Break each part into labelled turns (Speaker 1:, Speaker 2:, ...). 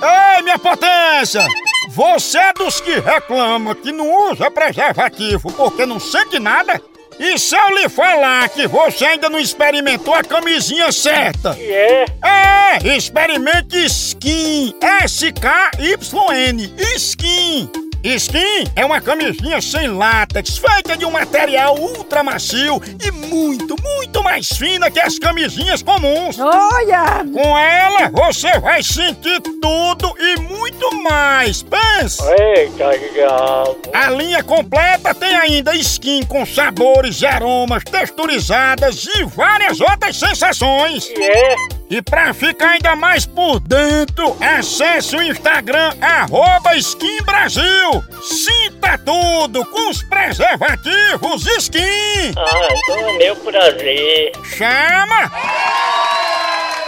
Speaker 1: Dona Potência! Você é dos que reclama que não usa preservativo porque não sente nada? E se eu lhe falar que você ainda não experimentou a camisinha certa?
Speaker 2: E é?
Speaker 1: É, experimente Skin. S-K-Y-N. Skin. Skin é uma camisinha sem látex, feita de um material ultra macio e muito, muito mais fina que as camisinhas comuns.
Speaker 3: Olha!
Speaker 1: Com ela, você vai sentir tudo e muito mais. Pensa!
Speaker 2: Eita, diabo.
Speaker 1: A linha completa tem ainda skin com sabores e aromas texturizadas e várias outras sensações.
Speaker 2: E é?
Speaker 1: E pra ficar ainda mais por dentro, acesse o Instagram arroba Skin Brasil. Sinta tudo com os preservativos Skin.
Speaker 2: Ah, então é meu prazer.
Speaker 1: Chama!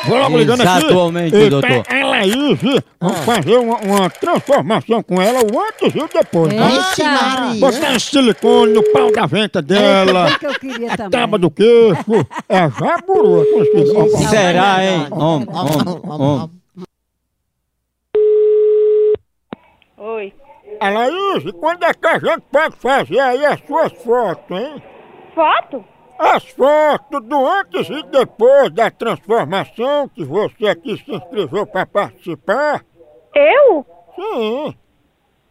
Speaker 1: Vou
Speaker 4: Exatamente, doutor. Ah.
Speaker 1: Tá, ela aí, viu? Vamos fazer uma, uma transformação com ela, o antes e o depois.
Speaker 4: É
Speaker 1: Vamos
Speaker 3: Eita!
Speaker 1: Botar silicone no pau da venta dela,
Speaker 3: que eu queria
Speaker 4: Tá
Speaker 3: também.
Speaker 1: tábua do queixo, é jaburu.
Speaker 4: Será, é hein? Homem, homem, homem.
Speaker 5: Oi.
Speaker 1: Alaís, quando é que a gente pode fazer aí as suas fotos, hein?
Speaker 5: Foto?
Speaker 1: As fotos do antes e depois da transformação que você aqui se inscreveu para participar?
Speaker 5: Eu?
Speaker 1: Sim,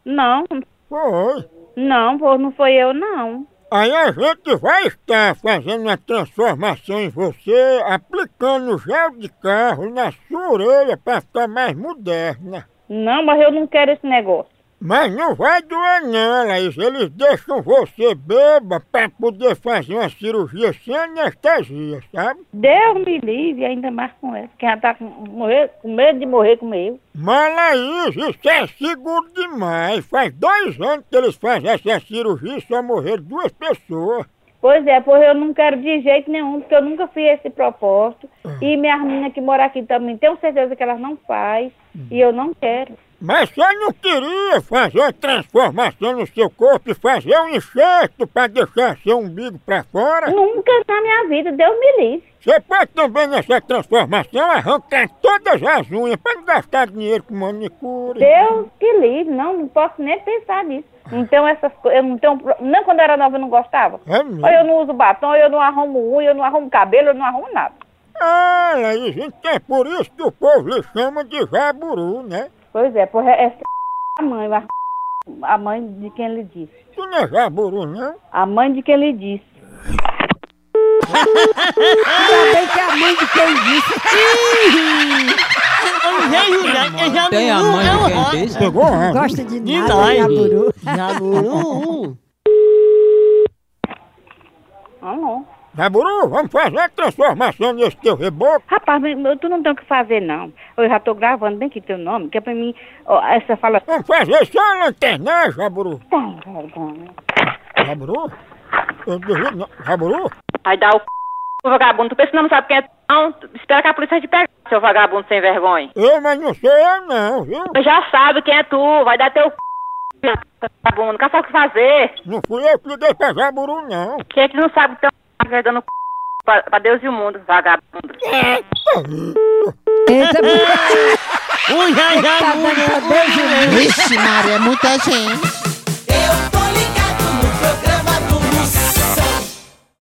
Speaker 5: Não,
Speaker 1: foi.
Speaker 5: não, pô, não foi eu, não.
Speaker 1: Aí a gente vai estar fazendo a transformação em você, aplicando gel de carro na sua orelha para ficar mais moderna.
Speaker 5: Não, mas eu não quero esse negócio.
Speaker 1: Mas não vai doer não, Laís. Eles deixam você beba para poder fazer uma cirurgia sem anestesia, sabe?
Speaker 5: Deus me livre, ainda mais com essa, que já tá com, morrer- com medo de morrer comigo.
Speaker 1: Mas Laís, isso é seguro demais. Faz dois anos que eles fazem essa cirurgia e só morreram duas pessoas.
Speaker 5: Pois é, pois eu não quero de jeito nenhum, porque eu nunca fiz esse propósito. E minhas meninas que moram aqui também, tenho certeza que elas não fazem. E eu não quero.
Speaker 1: Mas você não queria fazer uma transformação no seu corpo e fazer um enxerto para deixar seu umbigo para fora?
Speaker 5: Nunca na minha vida, Deus me livre.
Speaker 1: Você pode também nessa transformação arrancar todas as unhas para não gastar dinheiro com manicure.
Speaker 5: Deus que livre, não, não posso nem pensar nisso. Então essas coisas, eu não tenho. pro- Não quando eu era nova eu não gostava.
Speaker 1: É mesmo.
Speaker 5: Ou eu não uso batom, ou eu não arrumo unha, eu não arrumo cabelo, eu não arrumo nada.
Speaker 1: Ah, Laís, então é por isso que o povo lhe chama de jaburu, né?
Speaker 5: Pois é, porra, essa a mãe, mas a mãe de quem ele disse.
Speaker 1: Tu não é jaburu, não?
Speaker 5: A mãe de quem ele disse.
Speaker 3: Ainda bem que a mãe de quem disse.
Speaker 4: Tem a mãe de quem disse?
Speaker 1: Pegou um a
Speaker 3: Gosta de nada, né, Yaburu.
Speaker 5: Alô?
Speaker 1: Jaburu, vamos fazer a transformação nesse teu reboco?
Speaker 5: Rapaz, mas eu- tu não tem o que fazer, não. Eu já tô gravando bem aqui teu nome, que é pra mim. ó, essa fala. "Tá,
Speaker 1: Vamos fazer só a lanterna, né, jaburu.
Speaker 5: Tem vergonha.
Speaker 1: Jaburu? Eu duvido não. Jaburu?
Speaker 6: Aí dá o c... pro vagabundo. Tu pensa que não sabe quem é tu, não? Tu Espera que a polícia te pegue, seu vagabundo sem vergonha.
Speaker 1: Eu, mas não sou eu não, viu?
Speaker 6: Tu já sabe quem é tu. Vai dar teu c... vagabundo. Quer saber o que fazer?
Speaker 1: Não fui eu que liguei pra Jaburu, não.
Speaker 6: Quem é que não sabe que teu c... vai dando c... pra, pra Deus e o mundo, vagabundo.
Speaker 3: Eita, tá dando pra Deus e
Speaker 7: Vixe, Maria, é muita gente.